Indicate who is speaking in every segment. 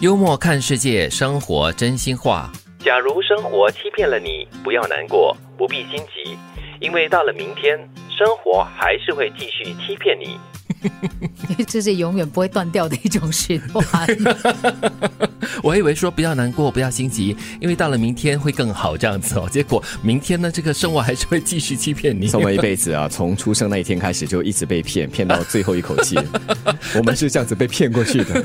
Speaker 1: 幽默看世界，生活真心话。
Speaker 2: 假如生活欺骗了你，不要难过，不必心急，因为到了明天，生活还是会继续欺骗你。
Speaker 3: 这是永远不会断掉的一种循环。
Speaker 1: 我还以为说不要难过，不要心急，因为到了明天会更好这样子哦。结果明天呢，这个生活还是会继续欺骗 你。
Speaker 4: 生活一辈子啊，从出生那一天开始就一直被骗，骗到最后一口气，我们是这样子被骗过去的。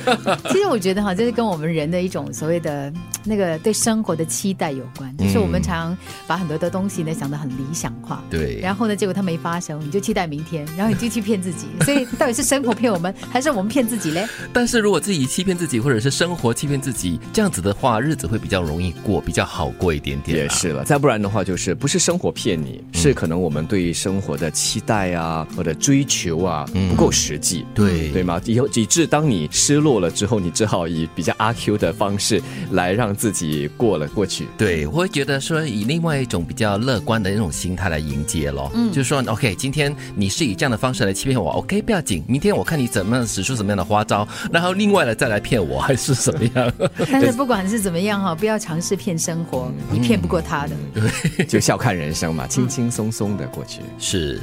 Speaker 3: 其实我觉得哈，这是跟我们人的一种所谓的那个对生活的期待有关，就是我们常把很多的东西呢想得很理想化，
Speaker 1: 对
Speaker 3: 然后呢，结果它没发生，你就期待明天，然后你就去骗自己。所以到底是生活骗我们，还是我们骗自己嘞？
Speaker 1: 但是如果自己欺骗自己，或者是生活欺骗自己，这样子的话，日子会比较容易过，比较好过一点点、
Speaker 4: 也，是了，再不然的话，就是不是生活骗你，是可能我们对于生活的期待啊，或者追求啊，不够实际。
Speaker 1: 对
Speaker 4: 嗯对吗？以后以致当你失落了之后，你只好以比较阿 Q 的方式来让自己过了过去。
Speaker 1: 对，我会觉得说以另外一种比较乐观的那种心态来迎接咯，嗯，就是说，OK，今天你是以这样的方式来欺骗我，OK，不要紧，明天我看你怎么样使出什么样的花招，然后另外的再来骗我，还是怎么样？
Speaker 3: 但是不管是怎么样哈，不要尝试骗生活，你骗不过他的。
Speaker 4: 就笑看人生嘛，轻轻松松的过去。
Speaker 1: 是，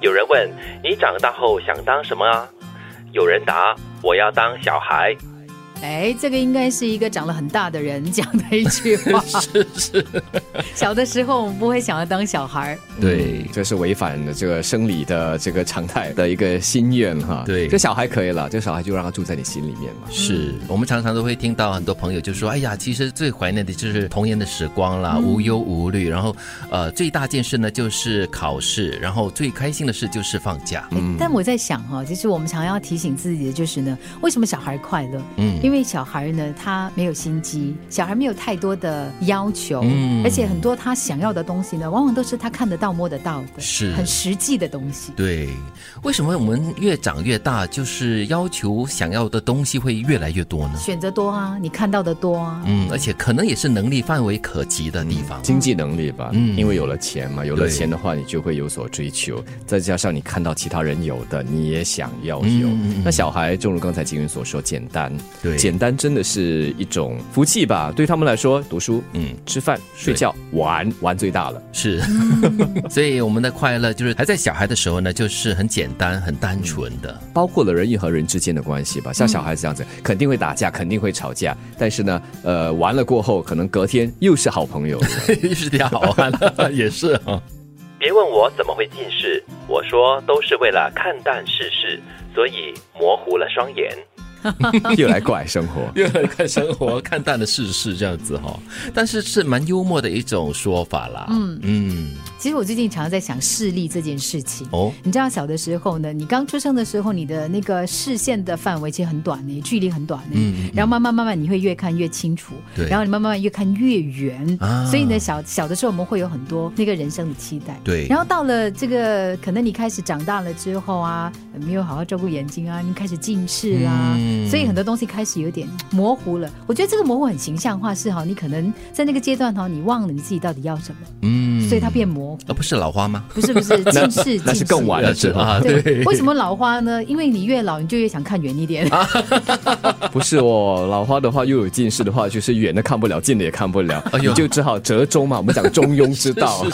Speaker 2: 有人问你长大后想当什么啊？有人答：我要当小孩。
Speaker 3: 哎，这个应该是一个长了很大的人讲的一句话。 是是，小的时候我们不会想要当小孩儿，
Speaker 1: 对
Speaker 4: 嗯，这是违反了这个生理的这个常态的一个心愿哈。
Speaker 1: 对嗯
Speaker 4: 这小孩可以了，这小孩就让他住在你心里面嘛。
Speaker 1: 是我们常常都会听到很多朋友就说：“哎呀，其实最怀念的就是童年的时光
Speaker 4: 嗯
Speaker 1: 啦，无忧无虑。然后，呃，最大件事呢就是考试，然后最开心的事就是放假。
Speaker 3: 哎但我在想哈、其实我们常要提醒自己的就是呢，为什么小孩快乐？
Speaker 1: 嗯
Speaker 3: 因为小孩呢，他没有心机，小孩没有太多的要求，
Speaker 1: 嗯
Speaker 3: 而且很多他想要的东西呢，往往都是他看得到、摸得到的，
Speaker 1: 是
Speaker 3: 很实际的东西。
Speaker 1: 对，为什么我们越长越大，就是要求想要的东西会越来越多呢？
Speaker 3: 选择多啊，你看到的多啊，
Speaker 1: 嗯，而且可能也是能力范围可及的地方。
Speaker 4: 经济能力吧，
Speaker 1: 嗯
Speaker 4: 因为有了钱嘛，有了
Speaker 1: 对
Speaker 4: 钱的话，你就会有所追求，再加上你看到其他人有的，你也想要有。
Speaker 1: 嗯嗯嗯
Speaker 4: 那小孩，正如刚才金云所说，简单，
Speaker 1: 对
Speaker 4: 简单真的是一种福气吧，对他们来说，读书，
Speaker 1: 嗯
Speaker 4: 嗯，吃饭、睡觉、玩，玩最大了。
Speaker 1: 是，
Speaker 4: 嗯
Speaker 1: 所以我们的快乐就是还在小孩的时候呢，就是很简单、很单纯的。
Speaker 4: 包括了人与和人之间的关系吧，像小孩子这样子，肯定会打架，肯定会吵架，但是呢，呃，玩了过后，可能隔天又是好朋友了。
Speaker 1: 是挺好玩的，也是啊、
Speaker 2: 别问我怎么会近视，我说都是为了看淡世事，所以模糊了双眼。
Speaker 4: 又来怪生活。
Speaker 1: 越来越看生活，看淡了世事这样子哈、但是是蛮幽默的一种说法啦。嗯嗯，
Speaker 3: 其实我最近常在想视力这件事情。
Speaker 1: 哦，
Speaker 3: 你知道小的时候呢，你刚出生的时候，你的那个视线的范围其实很短呢，距离很短呢。
Speaker 1: 嗯嗯
Speaker 3: 然后慢慢慢慢，你会越看越清楚，
Speaker 1: 对
Speaker 3: 然后你慢慢慢越看越远。
Speaker 1: 啊
Speaker 3: 所以呢，小小的时候我们会有很多那个人生的期待。
Speaker 1: 对
Speaker 3: 然后到了这个，可能你开始长大了之后啊，呃没有好好照顾眼睛啊，你开始近视啦、
Speaker 1: 嗯
Speaker 3: 所以很多东西开始有点模糊了。我觉得这个模糊很形象化，是哈，你可能在那个阶段哈，你忘了你自己到底要什么，
Speaker 1: 嗯
Speaker 3: 所以它变模糊。
Speaker 1: 啊，不是老花吗？
Speaker 3: 不 是不是，近视近
Speaker 4: 那是
Speaker 3: 视
Speaker 4: 更晚了之后，
Speaker 1: 啊，
Speaker 3: 对
Speaker 1: 对，，
Speaker 3: 为什么老花呢？因为你越老，你就越想看远一点。
Speaker 4: 不是哦，老花的话又有近视的话，就是远的看不了，近的也看不了，
Speaker 1: 哎呦
Speaker 4: 你就只好折中嘛。我们讲中庸之 道，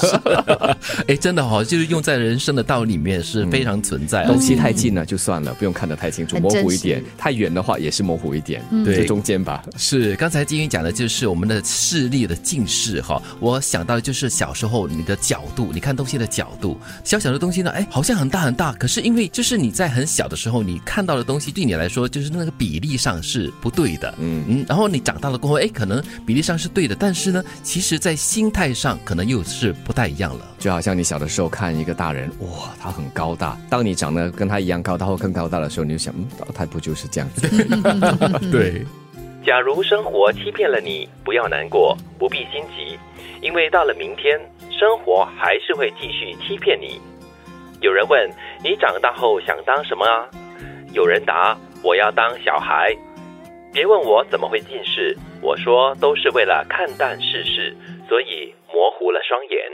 Speaker 1: 哎，真的哈、就是 用在人生的道理里面是非常存在、而
Speaker 4: 东
Speaker 1: 且
Speaker 4: 西太近了就算了，不用看得太清楚，
Speaker 3: 很
Speaker 4: 模
Speaker 3: 真
Speaker 4: 糊一
Speaker 3: 实
Speaker 4: 点；太远的话也是模糊一点，
Speaker 1: 对
Speaker 4: 就中间吧。
Speaker 1: 是刚才金云讲的就是我们的视力的近视哈、我想到的就是小时候你的角度，你看东西的角度，小小的东西呢，哎，好像很大很大，可是因为就是你在很小的时候，你看到的东西对你来说就是那个比例上是不对的，嗯嗯，然后你长大了过后，哎，可能比例上是对的，但是呢，其实在心态上可能又是不太一样了。
Speaker 4: 就好像你小的时候看一个大人，哇，他很高大；当你长得跟他一样高大或更高大的时候，你就想，嗯，他不就是这样子？
Speaker 1: 对，
Speaker 2: 假如生活欺骗了你，不要难过，不必心急，因为到了明天，生活还是会继续欺骗你。有人问你长大后想当什么啊？有人答：我要当小孩。别问我怎么会近视，我说都是为了看淡世事，所以模糊了双眼。